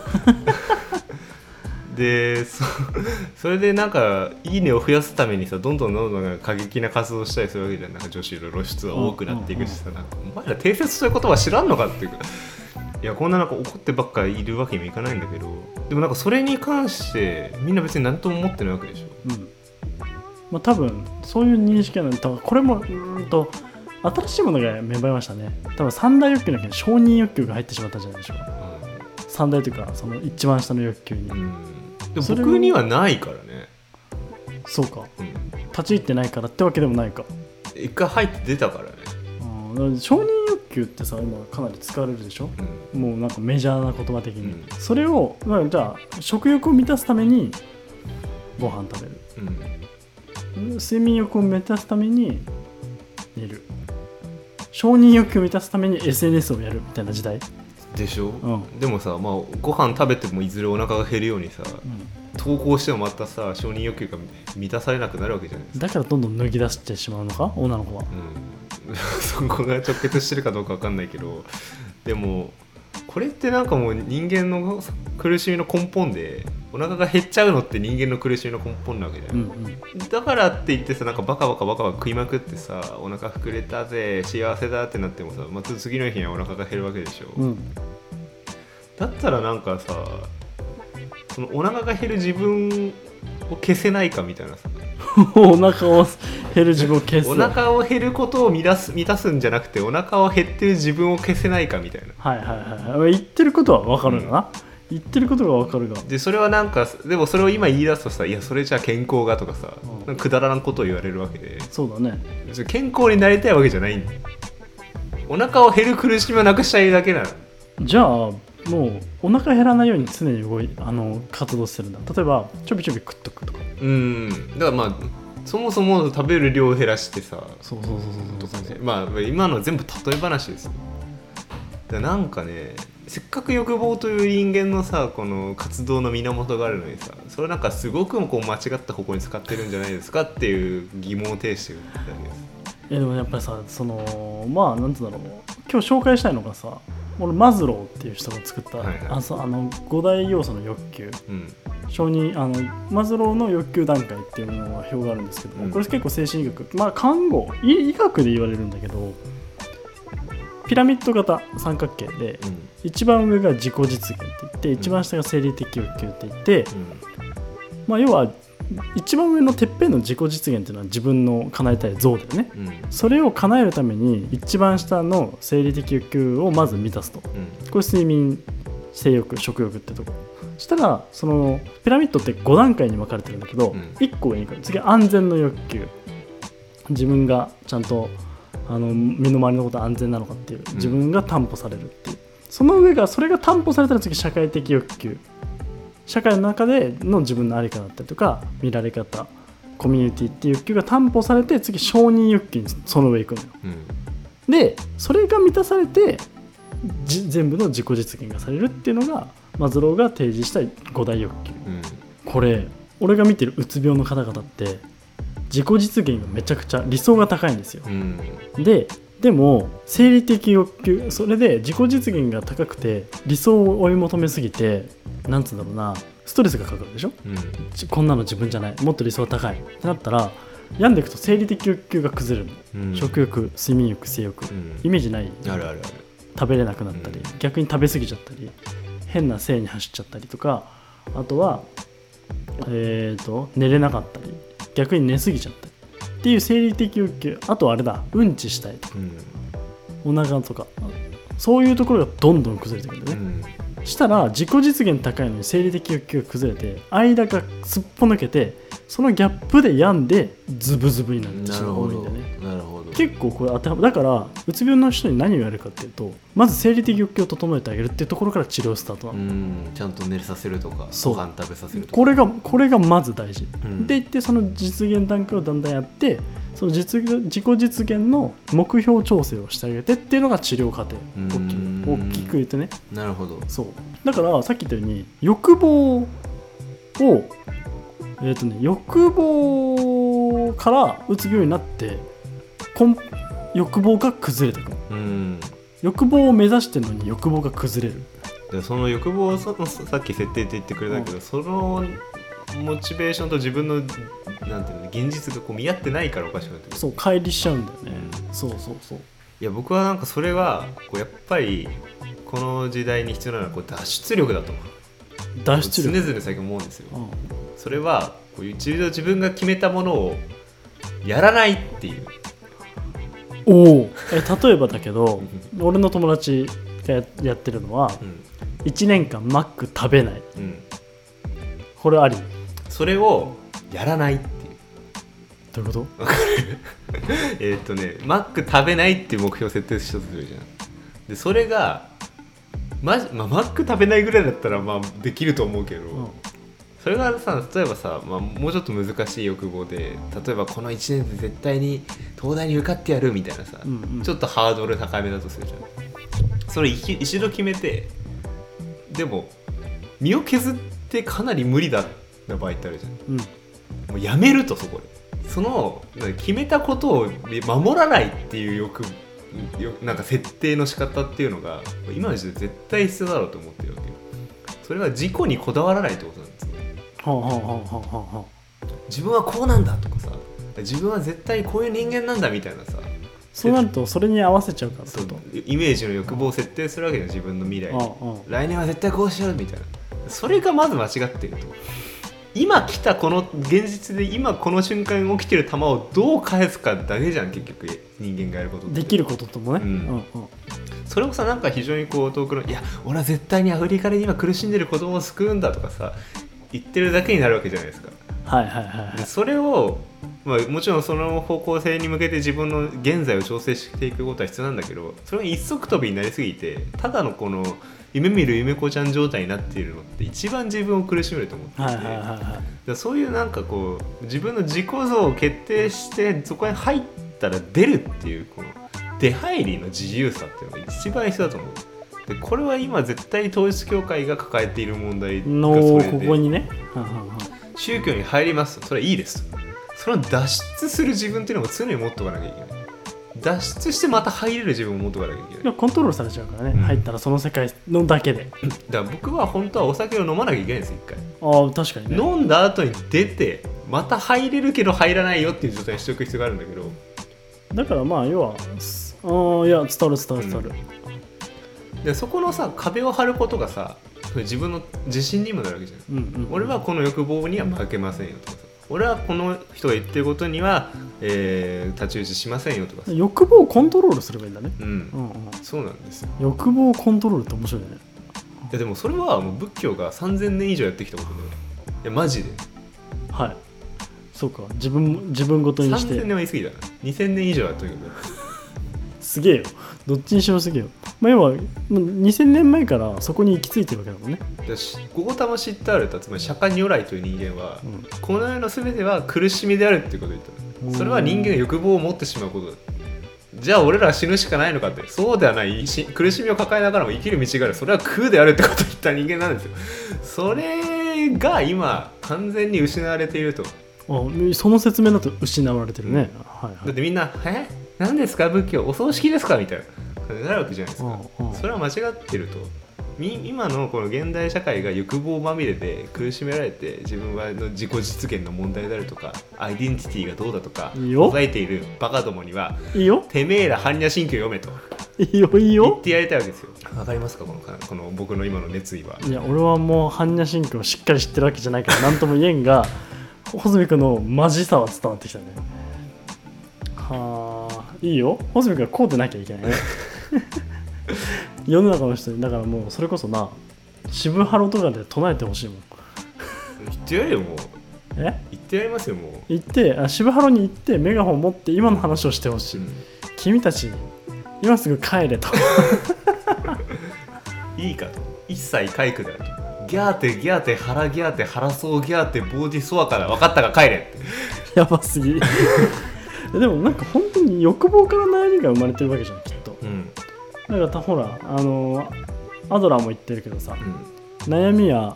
[SPEAKER 3] でそそれでなんか「いいね」を増やすためにさどんどんどんどんなんか過激な活動をしたりするわけじゃんなんか女子の露出は多くなっていくしさ、なんかお前ら定説ということは知らんのかっていういやこんななんか怒ってばっかいるわけにもいかないんだけどでもなんかそれに関してみんな別に何とも思ってないわけでしょ
[SPEAKER 2] うんまあ、多分そういう認識なので多分これもうーんと新しいものが芽生えましたね多分三大欲求の中に承認欲求が入ってしまったんじゃないでしょうか三大というかその一番下の欲求に
[SPEAKER 3] うん、でも
[SPEAKER 2] それを
[SPEAKER 3] 僕にはないからね、
[SPEAKER 2] そうか
[SPEAKER 3] うん、
[SPEAKER 2] 立ち入ってないからってわけでもないか
[SPEAKER 3] 一回入って出たからね、
[SPEAKER 2] うんだから承認欲求ってさ今かなり使われるでしょ
[SPEAKER 3] うん
[SPEAKER 2] もうなんかメジャーな言葉的に、
[SPEAKER 3] うん
[SPEAKER 2] それをまあじゃあ食欲を満たすためにご飯食べる
[SPEAKER 3] うん、
[SPEAKER 2] 睡眠欲を満たすために寝る承認欲求を満たすために SNS をやるみたいな時代、
[SPEAKER 3] でしょ、
[SPEAKER 2] うん
[SPEAKER 3] でもさ、まあ、ご飯食べてもいずれお腹が減るようにさ
[SPEAKER 2] う
[SPEAKER 3] 投稿してもまたさ承認欲求が満たされなくなるわけじゃないです
[SPEAKER 2] ん、
[SPEAKER 3] か、
[SPEAKER 2] だからどんどん脱ぎ出してしまうのか女の子は
[SPEAKER 3] うん、 そこが直結してるかどうかわかんないけどでもこれってなんかもう人間の苦しみの根本でお腹が減っちゃうのって人間の苦しみの根本なわけじゃ
[SPEAKER 2] う
[SPEAKER 3] ない、
[SPEAKER 2] んうん
[SPEAKER 3] だからって言ってさなんかバカバカバカバカ食いまくってさお腹膨れたぜ幸せだってなってもさまた次の日にはお腹が減るわけでしょ、
[SPEAKER 2] うん
[SPEAKER 3] だったらなんかさそのお腹が減る自分を消せないかみたいなさ
[SPEAKER 2] お腹を減る自分を消す
[SPEAKER 3] お腹を減ることを満たす満たすんじゃなくてお腹を減ってる自分を消せないかみたいな
[SPEAKER 2] はいはいはいはい言ってることは分かるよな、言ってることが分かるが
[SPEAKER 3] でそれはなんかでもそれを今言い出すとさいやそれじゃあ健康がとかさ
[SPEAKER 2] うん
[SPEAKER 3] なんかくだらんことを言われるわけで
[SPEAKER 2] そうだね
[SPEAKER 3] 別に健康になりたいわけじゃないんだよお腹を減る苦しみをなくしたいだけなの
[SPEAKER 2] じゃあもうお腹減らないように常に動いあの活動してるんだ例えばちょびちょび食っとくとか
[SPEAKER 3] うんだからまあそもそも食べる量を減らしてさ
[SPEAKER 2] そうそうそうそう
[SPEAKER 3] とか
[SPEAKER 2] そう
[SPEAKER 3] ねまあ今のは全部例え話ですよだからなんかねせっかく欲望という人間のさこの活動の源があるのにさそれなんかすごくこう間違った方向に使ってるんじゃないですかっていう疑問を呈してるだけです
[SPEAKER 2] いやでもやっぱりさそのまあなんつうんだろう今日紹介したいのがさ俺マズローっていう人が作った、
[SPEAKER 3] はいはい
[SPEAKER 2] あそうあの5大要素の欲求
[SPEAKER 3] うん
[SPEAKER 2] 承認あのマズローの欲求段階っていうのが表があるんですけども、
[SPEAKER 3] うん
[SPEAKER 2] これ結構精神医学まあ看護医医学で言われるんだけどピラミッド型三角形で
[SPEAKER 3] うん
[SPEAKER 2] 一番上が自己実現って言って一番下が生理的欲求って言って、まあ、要は一番上のてっぺんの自己実現っていうのは自分の叶えたい像だよね
[SPEAKER 3] うんうん
[SPEAKER 2] それを叶えるために一番下の生理的欲求をまず満たすとこ
[SPEAKER 3] うん
[SPEAKER 2] れ睡眠性欲食欲ってとこそしたらそのピラミッドって5段階に分かれてるんだけど、
[SPEAKER 3] うん
[SPEAKER 2] 1個上に行く次安全の欲求自分がちゃんとあの身の回りのこと安全なのかっていう自分が担保されるっていう、その上がそれが担保されたら次社会的欲求社会の中での自分の在りかだったりとか見られ方コミュニティっていう欲求が担保されて次承認欲求にその上行くのよ
[SPEAKER 3] うん
[SPEAKER 2] でそれが満たされてじ全部の自己実現がされるっていうのがマズローが提示した5大欲求
[SPEAKER 3] うん
[SPEAKER 2] これ俺が見てるうつ病の方々って自己実現がめちゃくちゃ理想が高いんですよ
[SPEAKER 3] うん
[SPEAKER 2] ででも生理的欲求それで自己実現が高くて理想を追い求めすぎてなんつうんだろうなストレスがかかるでしょ
[SPEAKER 3] うん
[SPEAKER 2] ちこんなの自分じゃないもっと理想高いってなったら病んでいくと生理的欲求が崩れるの、
[SPEAKER 3] うん
[SPEAKER 2] 食欲睡眠欲性欲、
[SPEAKER 3] うん
[SPEAKER 2] イメージない
[SPEAKER 3] あるあるある
[SPEAKER 2] 食べれなくなったり、
[SPEAKER 3] うん
[SPEAKER 2] 逆に食べ過ぎちゃったり変な性に走っちゃったりとかあとは、えー、と寝れなかったり逆に寝過ぎちゃったりっていう生理的欲求あとあれだうんちしたいとか
[SPEAKER 3] うん
[SPEAKER 2] お腹とかそういうところがどんどん崩れてくるんだ
[SPEAKER 3] う
[SPEAKER 2] よね、
[SPEAKER 3] ん
[SPEAKER 2] したら自己実現高いのに生理的欲求が崩れて間がすっぽ抜けてそのギャップで病んでズブズブになって
[SPEAKER 3] な
[SPEAKER 2] し
[SPEAKER 3] る
[SPEAKER 2] まう
[SPEAKER 3] ほ
[SPEAKER 2] 多いん
[SPEAKER 3] ど
[SPEAKER 2] だよね
[SPEAKER 3] なるほど
[SPEAKER 2] 結構これ当てはまだからうつ病の人に何をやるかっていうとまず生理的欲求を整えてあげるっていうところから治療スタートな
[SPEAKER 3] う
[SPEAKER 2] の、
[SPEAKER 3] んちゃんと寝させるとか
[SPEAKER 2] そう
[SPEAKER 3] ご飯食べさせるとか
[SPEAKER 2] これがこれがまず大事、
[SPEAKER 3] うん
[SPEAKER 2] でいってその実現段階をだんだんやってその実現自己実現の目標調整をしてあげてっていうのが治療過程
[SPEAKER 3] う
[SPEAKER 2] 大き
[SPEAKER 3] ん
[SPEAKER 2] く大きく言ってね
[SPEAKER 3] なるほど
[SPEAKER 2] そうだからさっき言ったように欲望をえっ、とね欲望からうつ病になって根欲望が崩れてくる
[SPEAKER 3] うん
[SPEAKER 2] 欲望を目指してるのに欲望が崩れる
[SPEAKER 3] でその欲望をささっき設定って言ってくれたけど、そのモチベーションと自分のなんていうの現実がこう見合ってないからおかしくなってくる
[SPEAKER 2] そう乖離しちゃうんだよね、
[SPEAKER 3] う
[SPEAKER 2] そうそうそう
[SPEAKER 3] いや僕はなんかそれはこうやっぱりこの時代に必要なのはこう脱出力だと
[SPEAKER 2] 脱出力
[SPEAKER 3] 常々最近思うんですよ、
[SPEAKER 2] うん
[SPEAKER 3] それはこう一度自分が決めたものをやらないっていう
[SPEAKER 2] おおえ例えばだけど俺の友達がややってるのは
[SPEAKER 3] うん
[SPEAKER 2] 1年間マック食べない
[SPEAKER 3] うん
[SPEAKER 2] これあり
[SPEAKER 3] それをやらないっていう
[SPEAKER 2] どういうこと
[SPEAKER 3] えーっとねマック食べないっていう目標を設定したとするじゃんでそれがまじ、まあ、マック食べないぐらいだったらまあできると思うけど、
[SPEAKER 2] うん
[SPEAKER 3] それがさ例えばさ、まあ、もうちょっと難しい欲望で例えばこの1年で絶対に東大に受かってやるみたいなさ、
[SPEAKER 2] うんうん
[SPEAKER 3] ちょっとハードル高めだとするじゃんそれ一一度決めてでも身を削ってかなり無理だな場合ってあるじゃん
[SPEAKER 2] うん
[SPEAKER 3] もうやめるとそこでそのなんか決めたことを守らないっていう欲よなんか設定の仕方っていうのが今の時代絶対必要だろうと思ってるわけよそれは自己にこだわらないってことなんですよ
[SPEAKER 2] はあはあはあはあはあはあ
[SPEAKER 3] 自分はこうなんだとかさ自分は絶対こういう人間なんだみたいなさ
[SPEAKER 2] そうなるとそれに合わせちゃうからって
[SPEAKER 3] そ
[SPEAKER 2] こ
[SPEAKER 3] う
[SPEAKER 2] と
[SPEAKER 3] イメージの欲望を設定するわけじゃん自分の未来に
[SPEAKER 2] ああああ
[SPEAKER 3] 来年は絶対こうしようみたいなそれがまず間違ってると今来たこの現実で今この瞬間に起きてる球をどう返すかだけじゃん結局人間がやることって
[SPEAKER 2] できることともね、
[SPEAKER 3] うん
[SPEAKER 2] うんうん
[SPEAKER 3] それをさなんか非常にこう遠くの「いや俺は絶対にアフリカで今苦しんでる子供を救うんだ」とかさ言ってるだけになるわけじゃないですか
[SPEAKER 2] はいはいはいはい
[SPEAKER 3] でそれを、まあ、もちろんその方向性に向けて自分の現在を調整していくことは必要なんだけどそれが一足飛びになりすぎてただのこの夢見る夢子ちゃん状態になっているのって一番自分を苦しめると思っていて、
[SPEAKER 2] はいはいはいはい
[SPEAKER 3] だからそういうなんかこう自分の自己像を決定してそこに入ったら出るっていうこの出入りの自由さっていうのが一番必要だと思う。でこれは今絶対統一教会が抱えている問題が
[SPEAKER 2] の
[SPEAKER 3] それで
[SPEAKER 2] ここにね、はいはいはい
[SPEAKER 3] 宗教に入りますとそれはいいですとそれを脱出する自分っていうのも常に持っとかなきゃいけない脱出してまた入れる自分も持っとかなきゃいけ
[SPEAKER 2] で
[SPEAKER 3] ない
[SPEAKER 2] もコントロールされちゃうからね、
[SPEAKER 3] うん
[SPEAKER 2] 入ったらその世界のだけで
[SPEAKER 3] だから僕は本当はお酒を飲まなきゃいけないんです一回
[SPEAKER 2] ああ確かにね
[SPEAKER 3] 飲んだ後に出てまた入れるけど入らないよっていう状態にしておく必要があるんだけど
[SPEAKER 2] だからまあ要はすああいや伝わる伝わる伝わる、
[SPEAKER 3] でそこのさ壁を張ることがさ自分の自信にもなるわけじゃん
[SPEAKER 2] うんうん
[SPEAKER 3] 俺はこの欲望には負けませんよとかさ俺はこの人が言ってることには、えー太刀打ちしませんよとかさ、
[SPEAKER 2] 欲望をコントロールすればいいんだね、
[SPEAKER 3] うん
[SPEAKER 2] うんうん、
[SPEAKER 3] そうなんですよ
[SPEAKER 2] 欲望をコントロールって面白いね
[SPEAKER 3] いやでもそれはもう仏教が3000年以上やってきたことだよいやマジで
[SPEAKER 2] はいそうか自分も自分ごとにし
[SPEAKER 3] 3000
[SPEAKER 2] て
[SPEAKER 3] 年は言い過ぎだな2000年以上やってるけど
[SPEAKER 2] すげえよどっちにしろすげえよ、まあ、要はもう2000年前からそこに行き着いてるわけだもんね、
[SPEAKER 3] だしゴータマ・シッタールとつまり釈迦如来という人間は、
[SPEAKER 2] うん
[SPEAKER 3] この世の全ては苦しみであるっていうことを言った
[SPEAKER 2] う
[SPEAKER 3] の
[SPEAKER 2] ん
[SPEAKER 3] それは人間が欲望を持ってしまうことだじゃあ俺らは死ぬしかないのかってそうではないし苦しみを抱えながらも生きる道があるそれは空であるってことを言った人間なんですよそれが今完全に失われていると
[SPEAKER 2] あその説明だと失われてるね、はいは
[SPEAKER 3] だっ
[SPEAKER 2] い
[SPEAKER 3] てみんな「え何ですか仏教お葬式ですか?」みたいな感じになるわけじゃないですか、
[SPEAKER 2] うんうん
[SPEAKER 3] それは間違ってるとみ今のこの現代社会が欲望まみれで苦しめられて自分はの自己実現の問題であるとかアイデンティティがどうだとか
[SPEAKER 2] いいよ
[SPEAKER 3] 抑えているバカどもにはい
[SPEAKER 2] いよ
[SPEAKER 3] 「てめえら般若心経読め」と
[SPEAKER 2] いいよいい
[SPEAKER 3] 言
[SPEAKER 2] よ
[SPEAKER 3] ってやりたいわけですよわかりますかこのかこの僕の今の熱意はい
[SPEAKER 2] や俺はもう般若心経をしっかり知ってるわけじゃないから何とも言えんが穂積君のマジさは伝わってきたねはあいいよ穂積君はこうでなきゃいけないね世の中の人にだからもうそれこそな渋ハロとかで唱えてほしいもん
[SPEAKER 3] 言ってやれよもう
[SPEAKER 2] え
[SPEAKER 3] 言ってやりますよもう
[SPEAKER 2] 行ってあ渋ハロに行ってメガホン持って今の話をしてほしい、君たち今すぐ帰れと
[SPEAKER 3] いいかと一切かいくだとギャーテギャーテ腹ギャーテ腹そうギャーテボーディソワから分かったが帰れっ て
[SPEAKER 2] やばすぎ でもなんか本当に欲望から悩みが生まれてるわけじゃんきっと
[SPEAKER 3] うん
[SPEAKER 2] だからたほらあのアドラーも言ってるけどさ
[SPEAKER 3] うん
[SPEAKER 2] 悩みは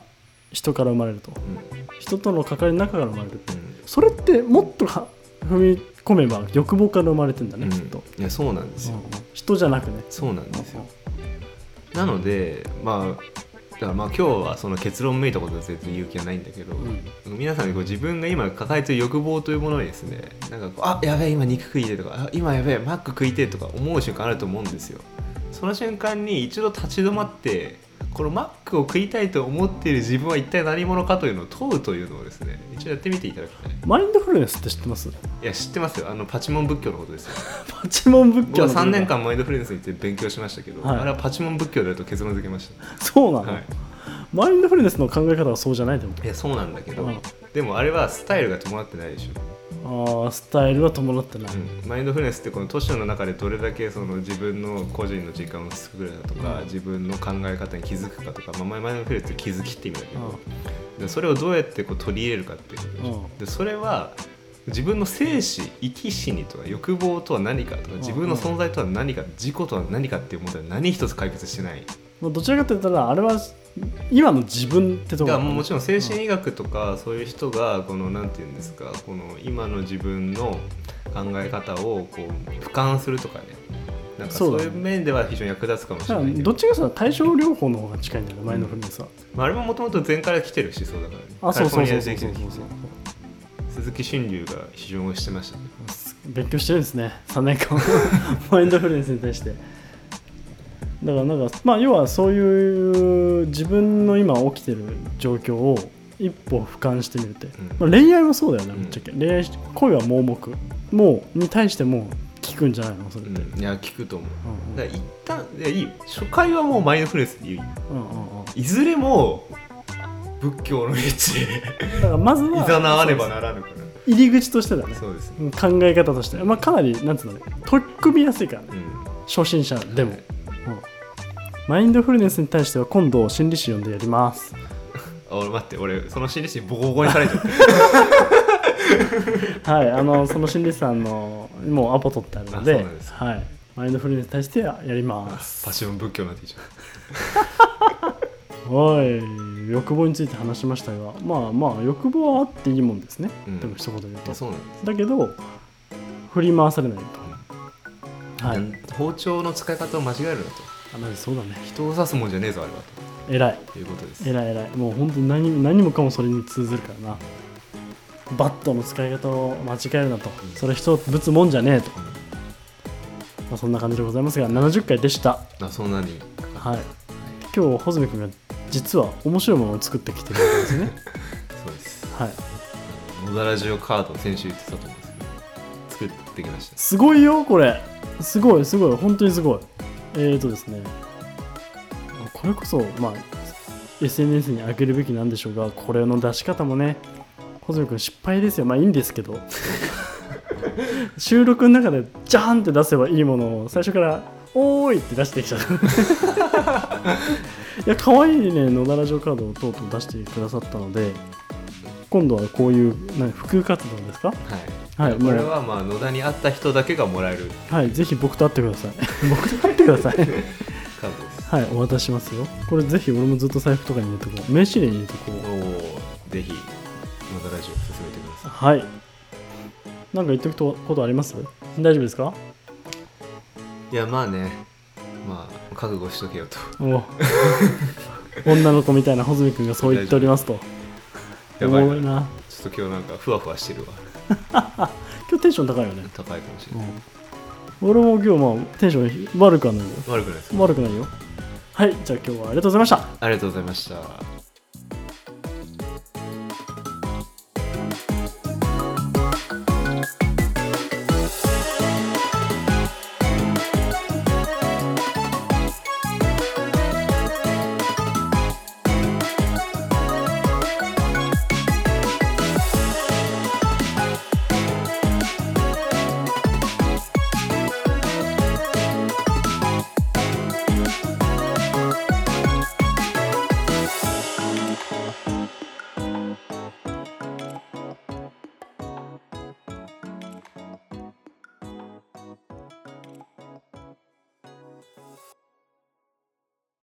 [SPEAKER 2] 人から生まれると
[SPEAKER 3] うん
[SPEAKER 2] 人との関わりの中から生まれるって
[SPEAKER 3] う
[SPEAKER 2] それってもっとは踏み込めば欲望から生まれてんだね、
[SPEAKER 3] ん
[SPEAKER 2] きっと、
[SPEAKER 3] いやそうなんですよ、
[SPEAKER 2] うん人じゃなくね
[SPEAKER 3] そうなんですよなのでまあだからまあ今日はその結論めいたことは全然言う気はないんだけど、皆さんこう自分が今抱えている欲望というものにですねなんかこうあやべえ今肉食いてえとかあ今やべえマック食いてえとか思う瞬間あると思うんですよその瞬間に一度立ち止まってこのマックを食いたいと思っている自分は一体何者かというのを問うというのをですね一応やってみていただきたい
[SPEAKER 2] マインドフルネスって知ってます
[SPEAKER 3] いや知ってますよあのパチモン仏教のことですよ
[SPEAKER 2] パチモン仏
[SPEAKER 3] 僕
[SPEAKER 2] 教
[SPEAKER 3] は
[SPEAKER 2] の
[SPEAKER 3] 3年間マインドフルネスについて勉強しましたけど、
[SPEAKER 2] はい
[SPEAKER 3] あれはパチモン仏教だと結論付けました、
[SPEAKER 2] そうなの、
[SPEAKER 3] はい、
[SPEAKER 2] マインドフルネスの考え方はそうじゃないでも
[SPEAKER 3] いやそうなんだけど、
[SPEAKER 2] うん
[SPEAKER 3] でもあれはスタイルが伴ってないでしょ
[SPEAKER 2] あースタイルは伴ってない、
[SPEAKER 3] うんマインドフルネスってこの都市の中でどれだけその自分の個人の時間を作るかとか、
[SPEAKER 2] うん
[SPEAKER 3] 自分の考え方に気づくかとか、まあ、マインドフルネスって気づきって意味だけど、でそれをどうやってこう取り入れるかっていうことでしょ、
[SPEAKER 2] うん
[SPEAKER 3] でそれは自分の生死生き死にとか欲望とは何かとか
[SPEAKER 2] ん
[SPEAKER 3] 自分の存在とは何か自己とは何かっていう問題は何一つ解決してない
[SPEAKER 2] まあどちらかというとあれは今の自分ってとこ
[SPEAKER 3] だ
[SPEAKER 2] ろ
[SPEAKER 3] からもうもちろん精神医学とかそういう人がこのなんて言うんですかこの今の自分の考え方をこう俯瞰するとかねなんか
[SPEAKER 2] そ
[SPEAKER 3] そうう
[SPEAKER 2] だね
[SPEAKER 3] いう面では非常に役立つかもし
[SPEAKER 2] だか
[SPEAKER 3] れな
[SPEAKER 2] ら
[SPEAKER 3] いけ
[SPEAKER 2] ど
[SPEAKER 3] ど
[SPEAKER 2] っちかというと対症療法の方が近いんだよねマインドフルネスは、
[SPEAKER 3] まああれももともと前から来てる思想だからね
[SPEAKER 2] あそうそうそう
[SPEAKER 3] カ
[SPEAKER 2] そう
[SPEAKER 3] リフ
[SPEAKER 2] そう
[SPEAKER 3] ォルニアでできてる鈴木春龍が批評をしてましたね
[SPEAKER 2] 勉強してるんですね3年 間マインドフルネスに対してだからなんかまあ要はそういう自分の今起きてる状況を一歩俯瞰してみるって、まあ、恋愛もそうだよね
[SPEAKER 3] うん
[SPEAKER 2] ぶっちゃけ恋愛し恋は盲目もうに対しても聞くんじゃないのそれって、
[SPEAKER 3] うんいや聞くと思う
[SPEAKER 2] うんうん
[SPEAKER 3] だから一旦いやいいよ初回はもうマインドフルネスでいいよ
[SPEAKER 2] うんうんうん
[SPEAKER 3] いずれも仏教の道へ
[SPEAKER 2] だからまずは
[SPEAKER 3] 誘わねばならぬか
[SPEAKER 2] 入り口としてだね
[SPEAKER 3] らそうですね
[SPEAKER 2] うん考え方として、まあ、かなりなんつうのね取り組みやすいからね
[SPEAKER 3] うん
[SPEAKER 2] 初心者でも、うんマインドフルネスに対しては今度心理師呼んでやります
[SPEAKER 3] あ俺待って俺その心理師ボコボコにされち ゃってる
[SPEAKER 2] はいあ のその心理師さんのもうアポ取ってあるので
[SPEAKER 3] あそうなんです
[SPEAKER 2] はい、マインドフルネスに対してはやります
[SPEAKER 3] パシオン仏教になってきちゃう
[SPEAKER 2] はい欲望について話しましたがまあまあ欲望はあっていいもんですね、
[SPEAKER 3] うん
[SPEAKER 2] でも一言で言うと
[SPEAKER 3] そうなんです
[SPEAKER 2] だけど振り回されないとはい
[SPEAKER 3] 包丁の使い方を間違えるなと
[SPEAKER 2] あなんかそうだね
[SPEAKER 3] 人を刺すもんじゃねえぞあれは
[SPEAKER 2] 偉い
[SPEAKER 3] ということです
[SPEAKER 2] えらいえらいもう本当に何何もかもそれに通ずるからなバットの使い方を間違えるなと
[SPEAKER 3] うん
[SPEAKER 2] それ人をぶつもんじゃねえと、
[SPEAKER 3] うん
[SPEAKER 2] まあ、そんな感じでございますが70回でした
[SPEAKER 3] あそんなに
[SPEAKER 2] はい今日穂積君が実は面白いものを作ってきてるわけですね
[SPEAKER 3] そうです
[SPEAKER 2] はい
[SPEAKER 3] 野田ラジオカードを先週言ってたと思うんですけど作ってきました
[SPEAKER 2] すごいよこれすごいすごい本当にすごいえーとですねこれこそまあ SNS にあげるべきなんでしょうがこれの出し方もね小泉君失敗ですよまあいいんですけど収録の中でジャーンって出せばいいものを最初から「おーい!」って出してきちゃったいや可愛いね野田ラジオカードをとうとう出してくださったので今度はこういうなんか普及活動ですか
[SPEAKER 3] は、
[SPEAKER 2] はいい
[SPEAKER 3] これはまあ野田に会った人だけがもらえる
[SPEAKER 2] はい、ぜひ僕と会ってください。僕と会ってくださ い。
[SPEAKER 3] カードです
[SPEAKER 2] はい、お渡ししますよ。これぜひ俺もずっと財布とかに入れとこう。名刺入れに入れとこ
[SPEAKER 3] お
[SPEAKER 2] う。
[SPEAKER 3] おぜひ野田ラジオ進めてくださ
[SPEAKER 2] は
[SPEAKER 3] い
[SPEAKER 2] い。なんか言っとくことあります大丈夫ですか
[SPEAKER 3] いやまあねまあ覚悟しとけよと
[SPEAKER 2] お 女の子みたいな穂積君がそう言っておりますと。
[SPEAKER 3] やばい
[SPEAKER 2] おも
[SPEAKER 3] な
[SPEAKER 2] ろいな。
[SPEAKER 3] ちょっと今日なんかふわふわしてるわ
[SPEAKER 2] 今日テンション高いよね。
[SPEAKER 3] 高いかもしれ
[SPEAKER 2] う
[SPEAKER 3] ない、
[SPEAKER 2] ん、俺も今日まあテンション悪くはないよ。
[SPEAKER 3] 悪くないです
[SPEAKER 2] 悪くないよ。はい、じゃあ今日はありがとうございました。
[SPEAKER 3] ありがとうございました